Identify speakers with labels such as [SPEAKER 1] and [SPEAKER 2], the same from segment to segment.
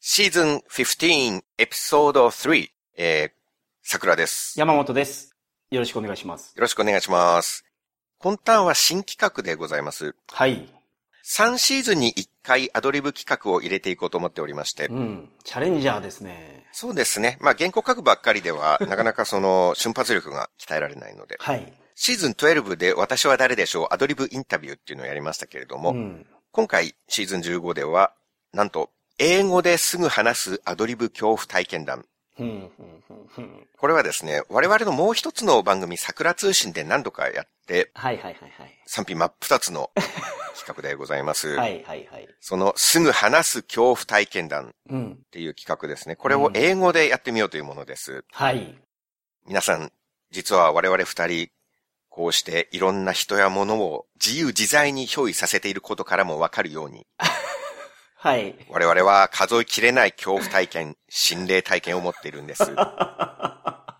[SPEAKER 1] シーズン15エピソード3、えー、桜です。よ
[SPEAKER 2] 山本です。よろしくお願いします。
[SPEAKER 1] ろしくお願いします。今端は新企画でございます。
[SPEAKER 2] はい。
[SPEAKER 1] 3シーズンに1回アドリブ企画を入れていこうと思っておりまして。
[SPEAKER 2] うん。チャレンジャーですね。
[SPEAKER 1] そうですね。まあ原稿書くばっかりで は、なかなかその瞬発力が鍛えられないので。
[SPEAKER 2] はい。
[SPEAKER 1] シーズン12で私は誰でしょうアドリブインタビューっていうのをやりましたけれども、
[SPEAKER 2] うん。
[SPEAKER 1] 今回シーズン15では、なんと、英語ですぐ話すアドリブ恐怖体験談。
[SPEAKER 2] うん。うん。うんうん。
[SPEAKER 1] これはですね、我々のもう一つの番組、桜通信で何度かやって、
[SPEAKER 2] はいはいはいはい。
[SPEAKER 1] 賛否真っ二つ の企画でございます。
[SPEAKER 2] はいはいはい。
[SPEAKER 1] その、すぐ話す恐怖体験談っ
[SPEAKER 2] うん。
[SPEAKER 1] ていう企画ですね。これを英語でやってみようというものです。
[SPEAKER 2] はい。
[SPEAKER 1] 皆さん、実は我々二人、こうしていろんな人や物を自由自在に憑依させていることからもわかるように、
[SPEAKER 2] はい。
[SPEAKER 1] 我々は数えきれない恐怖体験、心霊体験を持っているんです。
[SPEAKER 2] あ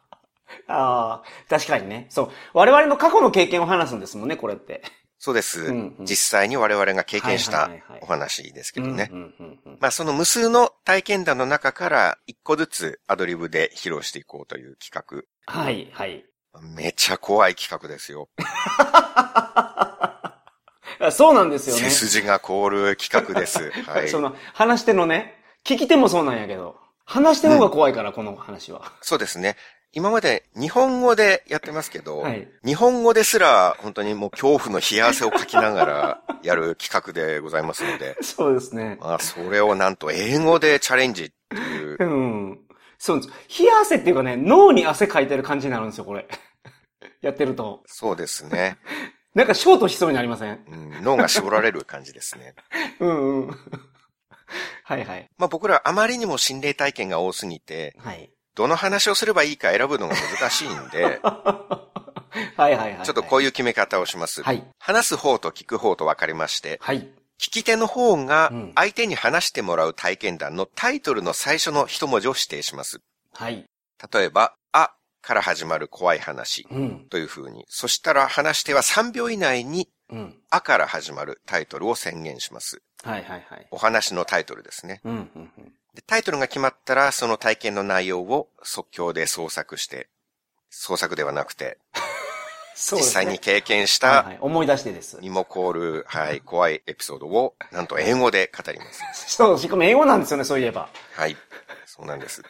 [SPEAKER 2] あー、確かにね。そう。我々の過去の経験を話すんですもんね、これって。
[SPEAKER 1] そうです。
[SPEAKER 2] うんうん
[SPEAKER 1] 実際に我々が経験し
[SPEAKER 2] はい
[SPEAKER 1] た
[SPEAKER 2] はいはいはい
[SPEAKER 1] お話ですけどね。
[SPEAKER 2] うんうんうんうん。
[SPEAKER 1] まあその無数の体験談の中から一個ずつアドリブで披露していこうという企
[SPEAKER 2] はいはい。
[SPEAKER 1] 画。めちゃ怖い企画ですよ。
[SPEAKER 2] あそうなんですよ
[SPEAKER 1] 背
[SPEAKER 2] ね。
[SPEAKER 1] 筋が凍る企画です。 はい。
[SPEAKER 2] その、話し手のね、聞き手もそうなんやけど、話し手の方が怖いから、この話は。
[SPEAKER 1] そうですね。今まで日本語でやってますけど、
[SPEAKER 2] はい。
[SPEAKER 1] 日本語ですら本当にもう恐怖の冷や汗をかきながらやる企画でございますの で、
[SPEAKER 2] そうですね。
[SPEAKER 1] まあそれをなんと英語でチャレンジっていう、
[SPEAKER 2] うん。そうなんです。冷や汗っていうかね、脳に汗かいてる感じになるんですよ、これ。 やってると。
[SPEAKER 1] そうですね、
[SPEAKER 2] なんかショートしそうになりません
[SPEAKER 1] うん脳が絞られる感じですね。
[SPEAKER 2] うん うん。はいはい。
[SPEAKER 1] まあ僕らあまりにも心霊体験が多すぎて、
[SPEAKER 2] はい。、
[SPEAKER 1] どの話をすればいいか選ぶのが難しいんで
[SPEAKER 2] はいはいはい。
[SPEAKER 1] ちょっとこう
[SPEAKER 2] い
[SPEAKER 1] いう決め方をします。
[SPEAKER 2] はい。
[SPEAKER 1] 話す方と聞く方と分かれまして、
[SPEAKER 2] はい。
[SPEAKER 1] 聞き手の方が
[SPEAKER 2] うん
[SPEAKER 1] 相手に話してもらう体験談のタイトルの最初の一文字を指定します。
[SPEAKER 2] はい。
[SPEAKER 1] 例えば、あから始まる怖い話
[SPEAKER 2] うん。
[SPEAKER 1] という風に、そしたら話し手は3秒以内に
[SPEAKER 2] うん。
[SPEAKER 1] あから始まるタイトルを宣言します。
[SPEAKER 2] はいはいはい。
[SPEAKER 1] お話のタイトルですね。
[SPEAKER 2] うんうんうん。
[SPEAKER 1] でタイトルが決まったら、その体験の内容を即興で創作して、創作ではなくて、
[SPEAKER 2] そう
[SPEAKER 1] 実
[SPEAKER 2] ですね
[SPEAKER 1] 際に経験し
[SPEAKER 2] はい
[SPEAKER 1] た
[SPEAKER 2] はい。思い出してです。
[SPEAKER 1] にも凍る、はい、怖いエピソードを、なんと英語で語ります。
[SPEAKER 2] そう、しかも英語なんですよね、そういえば。
[SPEAKER 1] はい。そうなんです。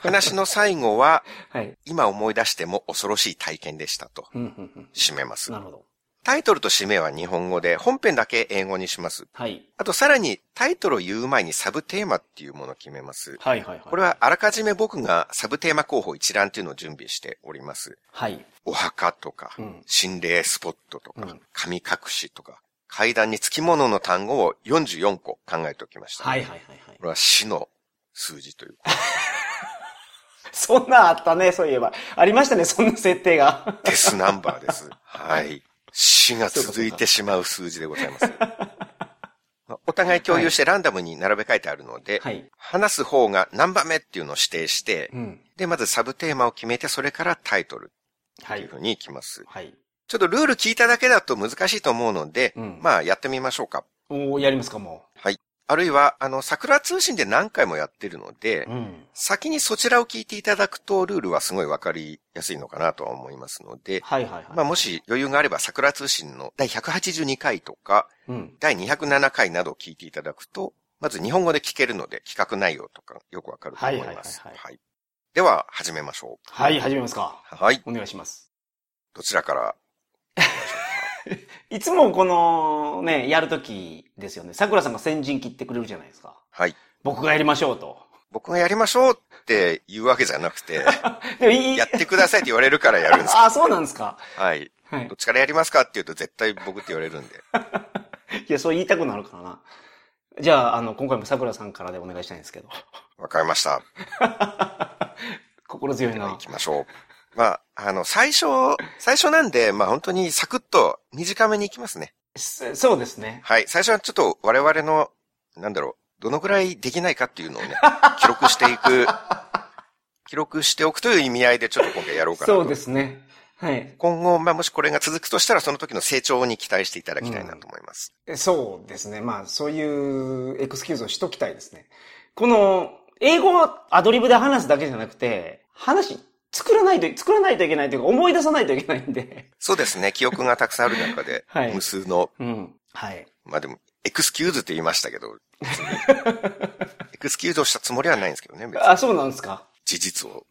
[SPEAKER 1] 話の最後は、
[SPEAKER 2] はい。
[SPEAKER 1] 今思い出しても恐ろしい体験でしたと
[SPEAKER 2] うんうんうん。
[SPEAKER 1] 締めます
[SPEAKER 2] な。るほど。
[SPEAKER 1] タイトルと締めは日本語で、本編だけ英語にします。
[SPEAKER 2] はい。
[SPEAKER 1] あとさらにタイトルを言う前にサブテーマっていうものを決めます。
[SPEAKER 2] はいはいはい。
[SPEAKER 1] これはあらかじめ僕がサブテーマ候補一覧っていうのを準備しております。
[SPEAKER 2] はい。
[SPEAKER 1] お墓とか、
[SPEAKER 2] うん
[SPEAKER 1] 心霊スポットとか、
[SPEAKER 2] うん
[SPEAKER 1] 神隠しとか、階段につきものの単語を44個考えておきました。
[SPEAKER 2] はいはいはいはい
[SPEAKER 1] こ。れは死の数字という。
[SPEAKER 2] そんなんあったね、そういえば。ありましたね、そんな設定が。
[SPEAKER 1] デスナンバー です。はい。死が続いてしまう数字でござい ます。まあお互い共有してランダムに並べ替えてあるので、
[SPEAKER 2] はい。
[SPEAKER 1] 話す方が何番目っていうのを指定して、
[SPEAKER 2] うん。
[SPEAKER 1] で、まずサブテーマを決めて、それからタイトル
[SPEAKER 2] は
[SPEAKER 1] っていう
[SPEAKER 2] い
[SPEAKER 1] ふ。うにいきます。
[SPEAKER 2] はい。
[SPEAKER 1] ちょっとルール聞いただけだと難しいと思うので、
[SPEAKER 2] うん
[SPEAKER 1] まあやってみましょうか。
[SPEAKER 2] おーやりますか、も
[SPEAKER 1] あるいは、あの、桜通信で何回もやってるので
[SPEAKER 2] う。、ん。
[SPEAKER 1] 先にそちらを聞いていただくと、ルールはすごいわかりやすいのかなとは思いますので、
[SPEAKER 2] はいはいはい。
[SPEAKER 1] まあもし余裕があれば桜通信の第182回とか、
[SPEAKER 2] うん。
[SPEAKER 1] 第207回などを聞いていただくと、まず日本語で聞けるので企画内容とかよくわかると思います。
[SPEAKER 2] はいはいはい
[SPEAKER 1] はいでは、始めましょう。
[SPEAKER 2] はい、始めますか。
[SPEAKER 1] はい。
[SPEAKER 2] お願いします。
[SPEAKER 1] どちらから
[SPEAKER 2] いつもこの、ね、やるときですよね。桜さんが先陣切ってくれるじゃないですか。
[SPEAKER 1] はい。
[SPEAKER 2] 僕がやりましょうと。
[SPEAKER 1] 僕がやりましょうって言うわけじゃなくて、
[SPEAKER 2] でもいい
[SPEAKER 1] やってくださいって言われるからやるんです
[SPEAKER 2] あ、そうなんですか。
[SPEAKER 1] はい。
[SPEAKER 2] はい
[SPEAKER 1] ど。っちからやりますかって言うと絶対僕って言われる んで。
[SPEAKER 2] いや、そう言いたくなるからな。じゃあ、あの、今回も桜さんからでお願いしたいんですけど。
[SPEAKER 1] わかりました。
[SPEAKER 2] 心強い
[SPEAKER 1] では
[SPEAKER 2] な
[SPEAKER 1] 行。きましょう。まあ、あの、最初、最初なんで、まあ本当にサクッと短めに行きますね。
[SPEAKER 2] そそうですね。
[SPEAKER 1] はい。最初はちょっと我々の、なんだろう、どのくらいできないかっていう のをね、記録していく、記録しておくという意味合いでちょっと今回やろうかなと。
[SPEAKER 2] そうですね。はい。
[SPEAKER 1] 今後、まあ、もしこれが続くとしたら、その時の成長に期待していただきたいなと思います。
[SPEAKER 2] えそうですね。まあ、そういうエクスキューズをしときたいですね。この、英語をアドリブで話すだけじゃなくて、話作らないと、作らないといけないというか、思い出さないといけないんで。
[SPEAKER 1] そうですね。記憶がたくさんある中で、
[SPEAKER 2] はい
[SPEAKER 1] 無数の、
[SPEAKER 2] うん。はい。
[SPEAKER 1] まあでも、エクスキューズって言いましたけ ど、エクスキューズをしたつもりはないんですけどね、別に
[SPEAKER 2] あ、そうなんですか
[SPEAKER 1] 事実を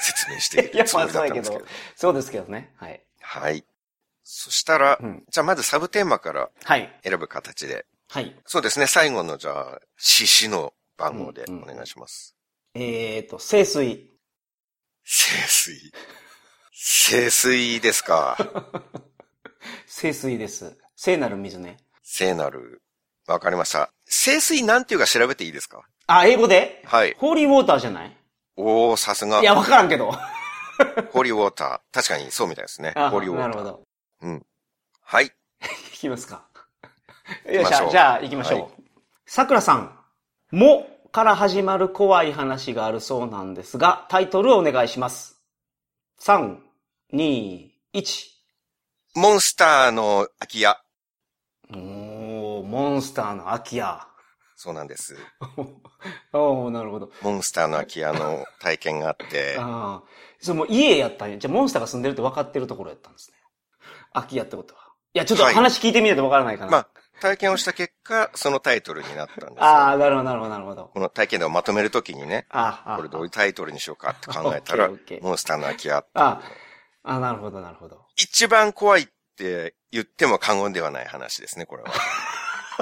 [SPEAKER 1] 説明してい
[SPEAKER 2] いや
[SPEAKER 1] るつもりだったんですけど
[SPEAKER 2] ま。そうですけどね。はい。
[SPEAKER 1] はい。そしたら、
[SPEAKER 2] うん
[SPEAKER 1] じゃあまずサブテーマから
[SPEAKER 2] はい。
[SPEAKER 1] 選ぶ形で。
[SPEAKER 2] はい。
[SPEAKER 1] そうですね。最後の、じゃあ、獅子の番号で
[SPEAKER 2] う
[SPEAKER 1] お
[SPEAKER 2] んうん
[SPEAKER 1] 願いします。
[SPEAKER 2] えーと、清水。
[SPEAKER 1] 清水。清水ですか。
[SPEAKER 2] 清水です。聖なる水ね。
[SPEAKER 1] 聖なる。わかりました。清水なんていうか調べていいですか
[SPEAKER 2] あ、英語で
[SPEAKER 1] はい。
[SPEAKER 2] ホーリーウォーターじゃない
[SPEAKER 1] おー、さすが
[SPEAKER 2] い。や、わからんけど。
[SPEAKER 1] ホーリーウォーター。確かにそうみたいですね。ホ
[SPEAKER 2] あ
[SPEAKER 1] ーリーウォ
[SPEAKER 2] な
[SPEAKER 1] ー
[SPEAKER 2] る
[SPEAKER 1] タ
[SPEAKER 2] ほ
[SPEAKER 1] ー。
[SPEAKER 2] ど。
[SPEAKER 1] はい。
[SPEAKER 2] 聞きま すか。
[SPEAKER 1] き
[SPEAKER 2] よっ
[SPEAKER 1] ま
[SPEAKER 2] し
[SPEAKER 1] しょう
[SPEAKER 2] ゃ、じゃあ行きまし
[SPEAKER 1] はい
[SPEAKER 2] ょう。さくらさん、もから始まる怖い話があるそうなんですが、タイトルをお願いします。3、2、1。
[SPEAKER 1] モンスターの空き家。
[SPEAKER 2] おー、モンスターの空き家。
[SPEAKER 1] そうなんです。
[SPEAKER 2] おー、なるほど。
[SPEAKER 1] モンスターの空き家の体験があって、
[SPEAKER 2] ああ。それもう家やったんや。じゃあモンスターが住んでるって分かってるところやったんですね。空き家ってことは。いや、ちょっと
[SPEAKER 1] はい
[SPEAKER 2] 話聞いてみないと分からないかな。
[SPEAKER 1] まあ、体験をした結果、そのタイトルになったんですよ。
[SPEAKER 2] ああ、なるほど、なるほど、なるほど。
[SPEAKER 1] この体験談をまとめるときにね、
[SPEAKER 2] ああ、
[SPEAKER 1] これどういうタイトルにしようかって考えた
[SPEAKER 2] あ
[SPEAKER 1] ら
[SPEAKER 2] オッケーオッケ、ー
[SPEAKER 1] モンスターの空き家。
[SPEAKER 2] ああ、なるほど、なるほど。
[SPEAKER 1] 一番怖いって言っても過言ではない話ですね、こ れは。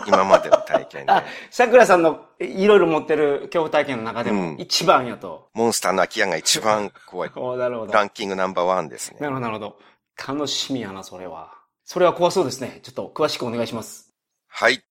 [SPEAKER 1] 今までの体験で。
[SPEAKER 2] あ、桜さんのいろいろ持ってる恐怖体験の中でも
[SPEAKER 1] うん
[SPEAKER 2] 一番やと。
[SPEAKER 1] モンスターの空き家が一番怖い。
[SPEAKER 2] おーなるほど。
[SPEAKER 1] ラ
[SPEAKER 2] な
[SPEAKER 1] ンキングナンバーワンです
[SPEAKER 2] る
[SPEAKER 1] ね。
[SPEAKER 2] ほど、なるほど。楽しみやな、それは。それは怖そうですね。ちょっと詳しくお願いします。
[SPEAKER 1] はい。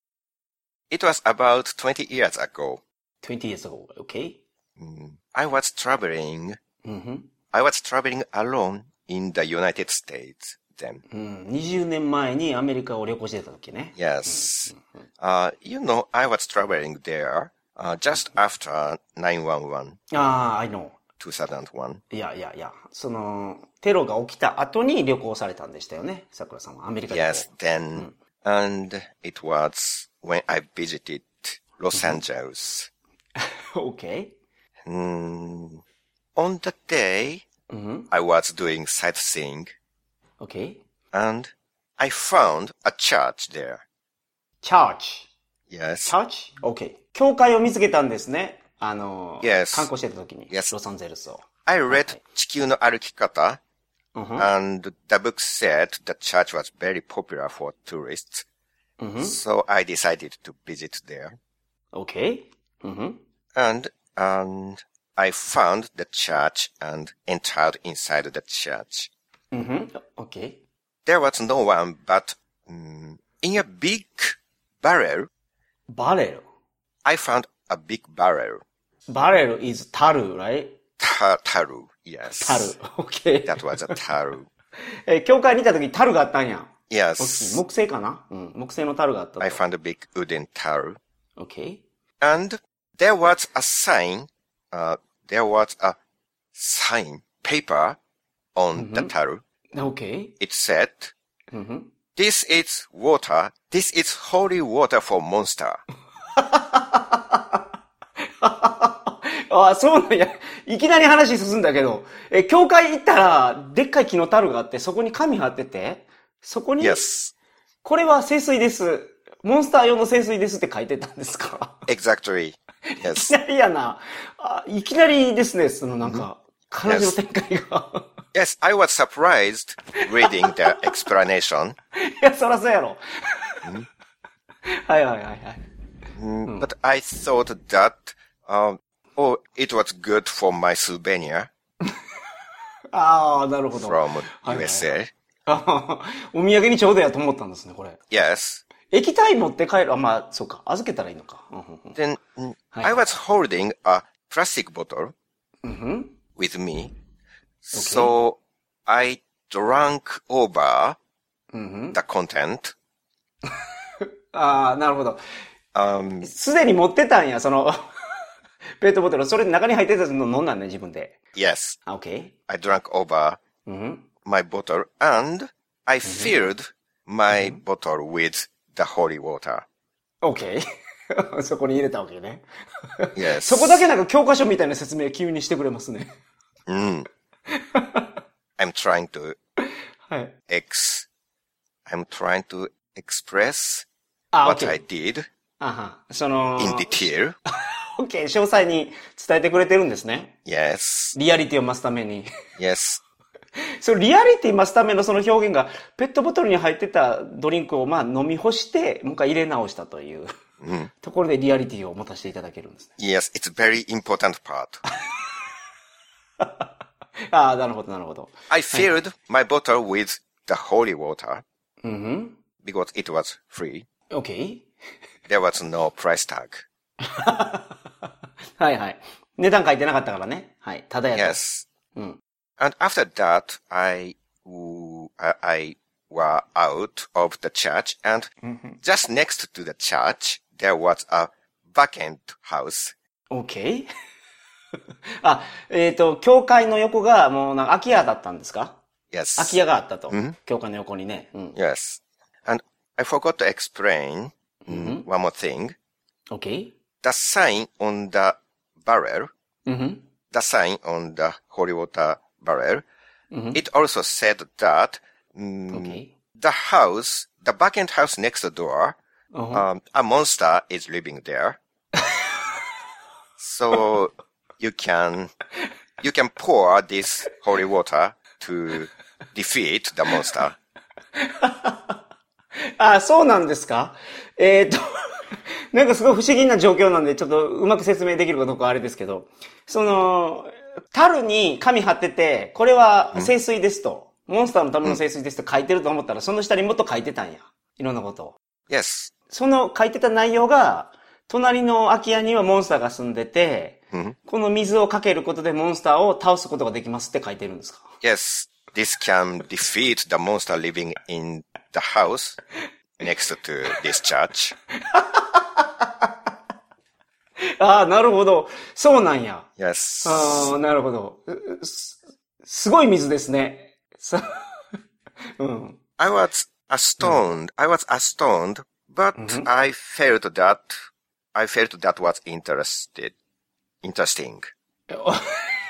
[SPEAKER 1] It was about 20 years ago.
[SPEAKER 2] 20 years ago, okay?
[SPEAKER 1] Mm. I was traveling.
[SPEAKER 2] うん、
[SPEAKER 1] I was traveling alone in the United States then.
[SPEAKER 2] うん。20年前にアメリカを旅行してた時ね。
[SPEAKER 1] Yes. Uh, you know, I was traveling there uh, just after 911,
[SPEAKER 2] ああ、I know.
[SPEAKER 1] 2001.
[SPEAKER 2] いやいやいや、その、テロが起きた後に旅行されたんでしたよね。桜さんはアメリカ旅行。
[SPEAKER 1] Yes, then. And it was when I visited Los Angeles.
[SPEAKER 2] okay.
[SPEAKER 1] Mm. On that day,
[SPEAKER 2] うん。
[SPEAKER 1] I was doing sightseeing
[SPEAKER 2] Okay.
[SPEAKER 1] and I found a church there.
[SPEAKER 2] Church.
[SPEAKER 1] Yes.
[SPEAKER 2] Church? Okay. 教会を見つけたんですね。あの、
[SPEAKER 1] Yes.
[SPEAKER 2] 観光してた時に。
[SPEAKER 1] Yes.
[SPEAKER 2] ロサンゼルスを。
[SPEAKER 1] I read 地球の歩き方
[SPEAKER 2] Uh-huh.
[SPEAKER 1] and the book said the church was very popular for tourists.
[SPEAKER 2] Mhm.
[SPEAKER 1] So I decided to visit there.
[SPEAKER 2] Okay. Mhm.
[SPEAKER 1] and and I found the church and entered inside the church.
[SPEAKER 2] Mhm. Okay.
[SPEAKER 1] There was no one, but mm, in a big barrel,
[SPEAKER 2] バレル。
[SPEAKER 1] I found a big barrel.
[SPEAKER 2] バレル is タル right?
[SPEAKER 1] Ta- taru, yes.
[SPEAKER 2] タル。Okay.
[SPEAKER 1] That was a taru.
[SPEAKER 2] えー、教会に行った時にタルがあったんや。大きい
[SPEAKER 1] yes.
[SPEAKER 2] 木製かなうん。木製のタルがあったと。
[SPEAKER 1] I found a big wooden taru.
[SPEAKER 2] Okay.
[SPEAKER 1] And there was a sign, uh, there was a sign paper on the taru.
[SPEAKER 2] Okay.
[SPEAKER 1] It said,
[SPEAKER 2] うん。
[SPEAKER 1] This is water. This is holy water for monster.
[SPEAKER 2] ああ、そうなんや。いきなり話進んだけど、え、教会行ったら、でっかい木の樽があって、そこに紙貼ってて、そこに、
[SPEAKER 1] Yes,
[SPEAKER 2] これは清水です。モンスター用の清水ですって書いてたんですか
[SPEAKER 1] exactly.
[SPEAKER 2] い
[SPEAKER 1] Yes.
[SPEAKER 2] きなりやな。あいきなりですね、そのなんか、彼女の展開が。
[SPEAKER 1] Yes, I was surprised reading the explanation,
[SPEAKER 2] いや、そらそうやろ。はいはいはいはい。
[SPEAKER 1] Mm, but I thought that, um, oh, it was good for my souvenir
[SPEAKER 2] ああ、なるほど。
[SPEAKER 1] from USA.
[SPEAKER 2] あ お土産にちょうどやと思ったんですね、これ。
[SPEAKER 1] Yes.
[SPEAKER 2] 液体持って帰る。あ、まあ、そうか。預けたらいいのか。うんうんうん
[SPEAKER 1] Then mm,
[SPEAKER 2] Hi.
[SPEAKER 1] I was holding a plastic bottle
[SPEAKER 2] うんふん
[SPEAKER 1] with me. So I drank over
[SPEAKER 2] うんふん
[SPEAKER 1] the content.
[SPEAKER 2] ああ、なるほど。
[SPEAKER 1] Um,
[SPEAKER 2] すでに持ってたんや、その、 ペットボトル。それ中に入ってたの飲んだんね、自分で。
[SPEAKER 1] yes,
[SPEAKER 2] あ、OK?
[SPEAKER 1] I drank over
[SPEAKER 2] うん。
[SPEAKER 1] my bottle and I filled my bottle with the holy water.
[SPEAKER 2] OK? そこに入れたわけね。
[SPEAKER 1] いや
[SPEAKER 2] そこだけなんか教科書みたいな説明急にしてくれますね。
[SPEAKER 1] うん。I'm trying to
[SPEAKER 2] はい。
[SPEAKER 1] ex, I'm trying to express
[SPEAKER 2] あ、
[SPEAKER 1] what
[SPEAKER 2] OK
[SPEAKER 1] I。did
[SPEAKER 2] あは。その、
[SPEAKER 1] in detail.
[SPEAKER 2] OK、詳細に伝えてくれてるんですね。
[SPEAKER 1] Yes,
[SPEAKER 2] リアリティを増すために。
[SPEAKER 1] yes.
[SPEAKER 2] そのリアリティ増すためのその表現が、ペットボトルに入ってたドリンクをまあ飲み干して、もう一回入れ直したという
[SPEAKER 1] Mm.
[SPEAKER 2] ところでリアリティを持たせていただけるんですね。
[SPEAKER 1] Yes, it's very important part.
[SPEAKER 2] ああ、なるほど、なるほど。
[SPEAKER 1] I filled my bottle with the holy water
[SPEAKER 2] うん、
[SPEAKER 1] because it was free.
[SPEAKER 2] うん。OK?
[SPEAKER 1] There was no price tag.
[SPEAKER 2] はいはい。値段書いてなかったからね。はい。ただやと。
[SPEAKER 1] Yes.
[SPEAKER 2] うん。
[SPEAKER 1] And after that, I, w- I, I were out of the church and just next to the church, there was a vacant house.
[SPEAKER 2] OK? あ、えっ、と、教会の横がもうなんか空き家だったんですか
[SPEAKER 1] Yes.
[SPEAKER 2] 空き家があったと。
[SPEAKER 1] うん
[SPEAKER 2] 教会の横にね。うん。
[SPEAKER 1] Yes. And I forgot to explain mm,
[SPEAKER 2] Mhm.
[SPEAKER 1] one more thing.
[SPEAKER 2] OK?
[SPEAKER 1] The sign on the barrel,
[SPEAKER 2] うんふん。
[SPEAKER 1] the sign on the holy water barrel,
[SPEAKER 2] うんふん。
[SPEAKER 1] it also said that mm,
[SPEAKER 2] OK?
[SPEAKER 1] the house, the vacant house next door,
[SPEAKER 2] うんふん
[SPEAKER 1] um, a monster is living there. so you can, you can pour this holy water to defeat the monster.
[SPEAKER 2] あ、そうなんですかえっ、と、 なんかすごい不思議な状況なんで、ちょっとうまく説明できるかどうかはあれですけど、その、樽に紙貼ってて、これは聖水ですと、モンスターのための聖水ですと書いてると思ったら、その下にもっと書いてたんや。いろんなことを。
[SPEAKER 1] Yes.
[SPEAKER 2] その書いてた内容が、隣の空き家にはモンスターが住んでて、
[SPEAKER 1] Mhm.
[SPEAKER 2] この水をかけることでモンスターを倒すことができますって書いてるんですか
[SPEAKER 1] Yes, this can defeat the monster living in the house next to this church.
[SPEAKER 2] ああ、なるほど。そうなんや。
[SPEAKER 1] Yes.
[SPEAKER 2] ああ、なるほど。ううすすごい水ですね。さ、 うん。
[SPEAKER 1] I was astounded. I was astounded, but I felt that I felt that was interested, interesting.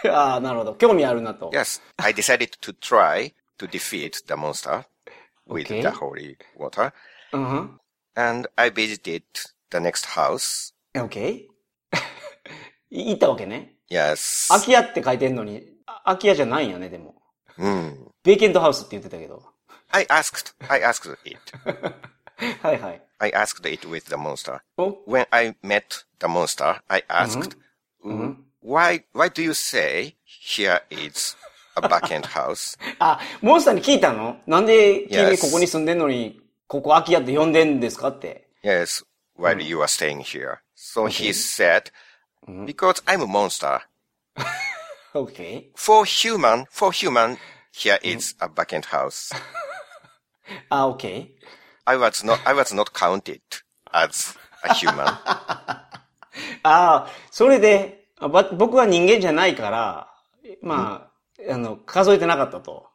[SPEAKER 2] ああ、なるほど。興味あるなと。
[SPEAKER 1] Yes, I decided to try to defeat the monster with
[SPEAKER 2] Okay.
[SPEAKER 1] the holy water,
[SPEAKER 2] うんふん。
[SPEAKER 1] and I visited the next house.
[SPEAKER 2] OK? い行ったわけね。
[SPEAKER 1] Yes.
[SPEAKER 2] 空き家って書いてんのに、あ空き家じゃないんやね、でも。
[SPEAKER 1] Mm.
[SPEAKER 2] ベーケントハウスって言ってたけど。
[SPEAKER 1] I asked. I asked it.
[SPEAKER 2] はいはい。
[SPEAKER 1] I asked it with the monster.
[SPEAKER 2] お
[SPEAKER 1] when I met the monster, I asked, "Mm, why, why do you say here is a backend house?
[SPEAKER 2] あ、モンスターに聞いたのなんで君
[SPEAKER 1] Yes.
[SPEAKER 2] ここに住んでんのに、ここ空き家って呼んでんですかって。
[SPEAKER 1] Yes, while you are staying here. So he said, because I'm a monster.
[SPEAKER 2] OK?
[SPEAKER 1] For human, for human, here is a backend house.
[SPEAKER 2] あ、OK?
[SPEAKER 1] I was not, I was not counted as a human.
[SPEAKER 2] ああ、それで、あば僕は人間じゃないから、まあ、あの、数えてなかったと。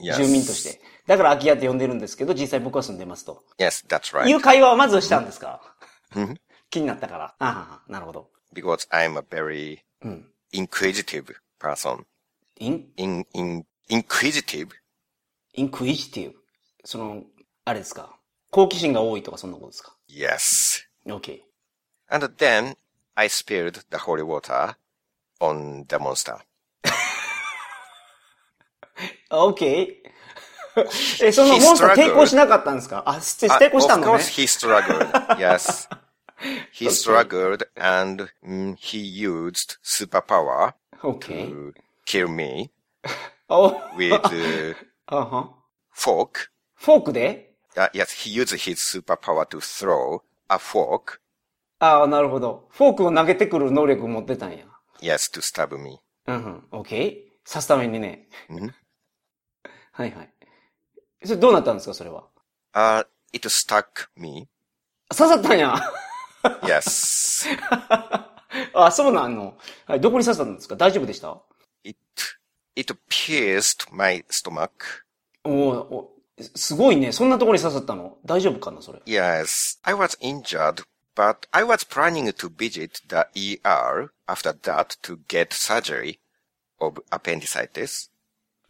[SPEAKER 1] Yes.
[SPEAKER 2] 住民として。だから空き家って呼んでるんですけど、実際僕は住んでますと。
[SPEAKER 1] Yes, that's
[SPEAKER 2] い
[SPEAKER 1] right.
[SPEAKER 2] う会話をまずしたんですか
[SPEAKER 1] うん
[SPEAKER 2] 気になったから。あはは、なるほど。
[SPEAKER 1] Because I'm a very
[SPEAKER 2] うん。
[SPEAKER 1] inquisitive person.
[SPEAKER 2] イン、
[SPEAKER 1] In, in, inquisitive.
[SPEAKER 2] インクイジティブ。その、あれですか。好奇心が多いとかそんなことですか
[SPEAKER 1] Yes.
[SPEAKER 2] ?OK。
[SPEAKER 1] And then I spilled the holy water on the monster.
[SPEAKER 2] あ OK。え、そのモンスター抵抗しなかったんですかあ、し抵抗したの
[SPEAKER 1] Uh, of
[SPEAKER 2] ね。
[SPEAKER 1] course, he struggled. yes. He struggled and mm, he used superpower
[SPEAKER 2] OK。
[SPEAKER 1] to kill me
[SPEAKER 2] お、
[SPEAKER 1] with uh,
[SPEAKER 2] あは。
[SPEAKER 1] fork.
[SPEAKER 2] フォークで
[SPEAKER 1] Uh, yes, he used his superpower to throw a fork.
[SPEAKER 2] ああ、なるほど。フォークを投げてくる能力持ってたんや。
[SPEAKER 1] Yes, to stab me.
[SPEAKER 2] うんうん。OK? 刺すためにね。
[SPEAKER 1] Mhm.
[SPEAKER 2] はいはい。それどうなったんですか、それは。
[SPEAKER 1] Uh, it stuck me.
[SPEAKER 2] 刺さったんや。
[SPEAKER 1] Yes.
[SPEAKER 2] あ、そうなんの。はい、どこに刺さったんですか大丈夫でした
[SPEAKER 1] it, it pierced my stomach.
[SPEAKER 2] おーお、すごいね。そんなところに刺さったの大丈夫かな、それ。
[SPEAKER 1] Yes, I was injured, But I was planning to visit the ER after that to get surgery of appendicitis.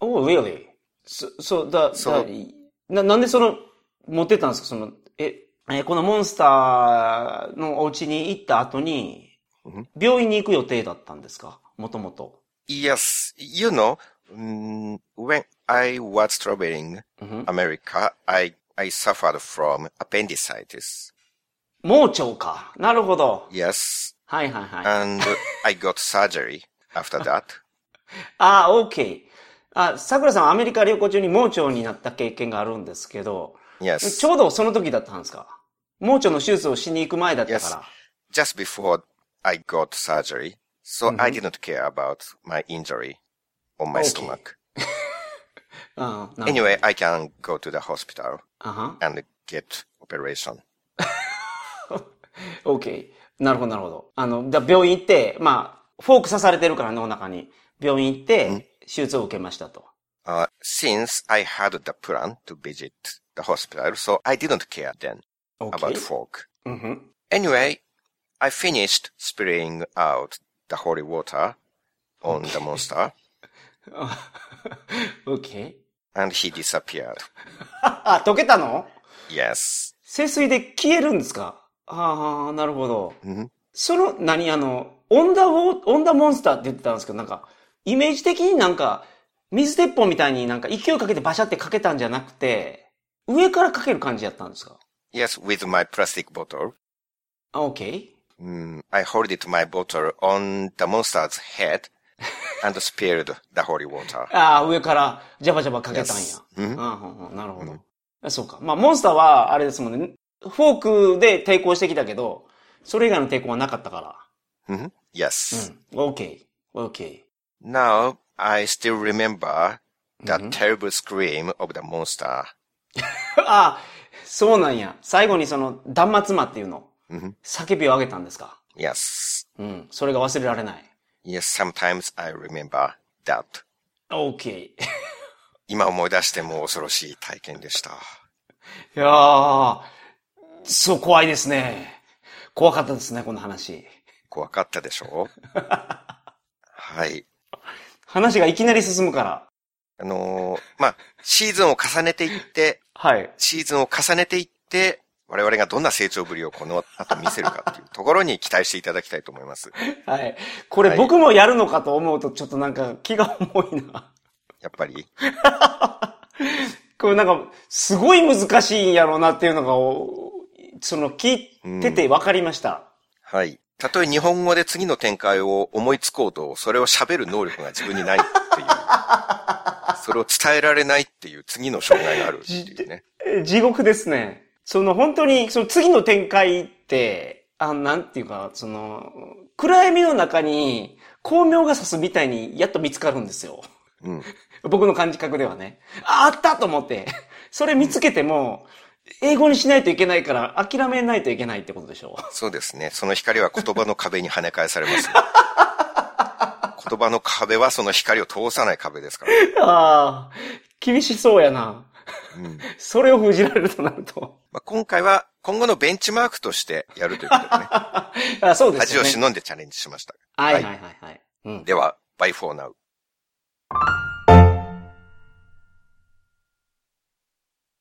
[SPEAKER 2] Oh, really? So, so the,
[SPEAKER 1] そう
[SPEAKER 2] the- な、なんでその、持ってたんですかその、え、えーこのモンスターのお家に行った後に
[SPEAKER 1] うん、
[SPEAKER 2] 病院に行く予定だったんですかもともと。
[SPEAKER 1] Yes, you know, mm, when I was traveling
[SPEAKER 2] うんふん
[SPEAKER 1] America, I, I suffered from appendicitis.
[SPEAKER 2] 盲腸か。なるほど。
[SPEAKER 1] Yes,
[SPEAKER 2] はいはいはい。
[SPEAKER 1] and I got surgery after that.
[SPEAKER 2] ああ、OK。あ、桜さんはアメリカ旅行中に盲腸になった経験があるんですけど、
[SPEAKER 1] Yes,
[SPEAKER 2] ちょうどその時だったんですか盲腸の手術をしに行く前だったから。
[SPEAKER 1] just before I got surgery, so I didn't care about my injury on my
[SPEAKER 2] Okay.
[SPEAKER 1] stomach.
[SPEAKER 2] ああ、なるほど
[SPEAKER 1] Anyway, I can go to the hospital
[SPEAKER 2] あは
[SPEAKER 1] and get operation.
[SPEAKER 2] OK。なるほど、なるほど。あの、だ病院行って、まあ、フォーク刺されてるから、脳の中に。病院行って、手術を受けましたと。
[SPEAKER 1] Uh, since I had the plan to visit the hospital, so I didn't care then about
[SPEAKER 2] OK。
[SPEAKER 1] folk.
[SPEAKER 2] うんふん
[SPEAKER 1] Anyway, I finished spraying out the holy water on the monster
[SPEAKER 2] あ OK。
[SPEAKER 1] and he disappeared.
[SPEAKER 2] あ、溶けたの
[SPEAKER 1] Yes.
[SPEAKER 2] 清水で消えるんですかああ、なるほど。
[SPEAKER 1] Mhm.
[SPEAKER 2] その、何あの、オンダウォー、オンダモンスターって言ってたんですけど、なんか、イメージ的になんか、水鉄砲みたいになんか勢いかけてバシャってかけたんじゃなくて、上からかける感じやったんですか
[SPEAKER 1] Yes, with my plastic bottle.
[SPEAKER 2] あ、OK?
[SPEAKER 1] Mm, I holded my bottle on the monster's head and spilled the holy water.
[SPEAKER 2] ああ、上からジャバジャバかけたんや。
[SPEAKER 1] Yes. Mhm.
[SPEAKER 2] ああ、なるほど。あそうか。まあ、モンスターは、あれですもんね。フォークで抵抗してきたけど、それ以外の抵抗はなかったか
[SPEAKER 1] Mhm. Yes.
[SPEAKER 2] ら。うん。OK。OK。
[SPEAKER 1] Now I still remember the
[SPEAKER 2] Mhm.
[SPEAKER 1] terrible scream of the monster.
[SPEAKER 2] ああ、そうなんや。最後にその、断末魔っていうの、
[SPEAKER 1] Mhm.
[SPEAKER 2] 叫びを上げたんですか
[SPEAKER 1] Yes.
[SPEAKER 2] うん。それが忘れられない。
[SPEAKER 1] Yes, sometimes I remember that.
[SPEAKER 2] OK。い
[SPEAKER 1] 今思い出しても恐ろしい体験でした。
[SPEAKER 2] やー、そう怖いですね。怖かったですね、この話。
[SPEAKER 1] 怖かったでしょうはい。
[SPEAKER 2] 話がいきなり進むから。
[SPEAKER 1] あのーまあ、シーズンを重ねていって、
[SPEAKER 2] はい。
[SPEAKER 1] シーズンを重ねていって、我々がどんな成長ぶりをこの後見せるかっていうところに期待していただきたいと思います。
[SPEAKER 2] はい。これ
[SPEAKER 1] はい
[SPEAKER 2] 僕もやるのかと思うと、ちょっとなんか気が重いな。
[SPEAKER 1] やっぱり。
[SPEAKER 2] これなんか、すごい難しいんやろうなっていうのが、おその、聞いてて分かりました。
[SPEAKER 1] はい。たとえ日本語で次の展開を思いつこうと、それを喋る能力が自分にないっていう。 それを伝えられないっていう次の障害があるっていうね。
[SPEAKER 2] え地獄ですね。その本当に、その次の展開って、あ、なんていうか、その、暗闇の中に光明が差すみたいにやっと見つかるんですよ。
[SPEAKER 1] うん。
[SPEAKER 2] 僕の感覚ではね。あ、あったと思って。それ見つけても、英語にしないといけないから諦めないといけないってことでしょ
[SPEAKER 1] そうですね。その光は言葉の壁に跳ね返されますよ。言葉の壁はその光を通さない壁ですから。
[SPEAKER 2] う。ああ、厳しそうやな。
[SPEAKER 1] うん
[SPEAKER 2] それを封じられるとなると。
[SPEAKER 1] まあ、今回は今後のベンチマークとしてやるということでね、
[SPEAKER 2] あそうです
[SPEAKER 1] 恥
[SPEAKER 2] よ
[SPEAKER 1] を
[SPEAKER 2] ね。
[SPEAKER 1] 忍んでチャレンジしました。
[SPEAKER 2] はいはいはいはい。うん。
[SPEAKER 1] では、バイフォーナウ。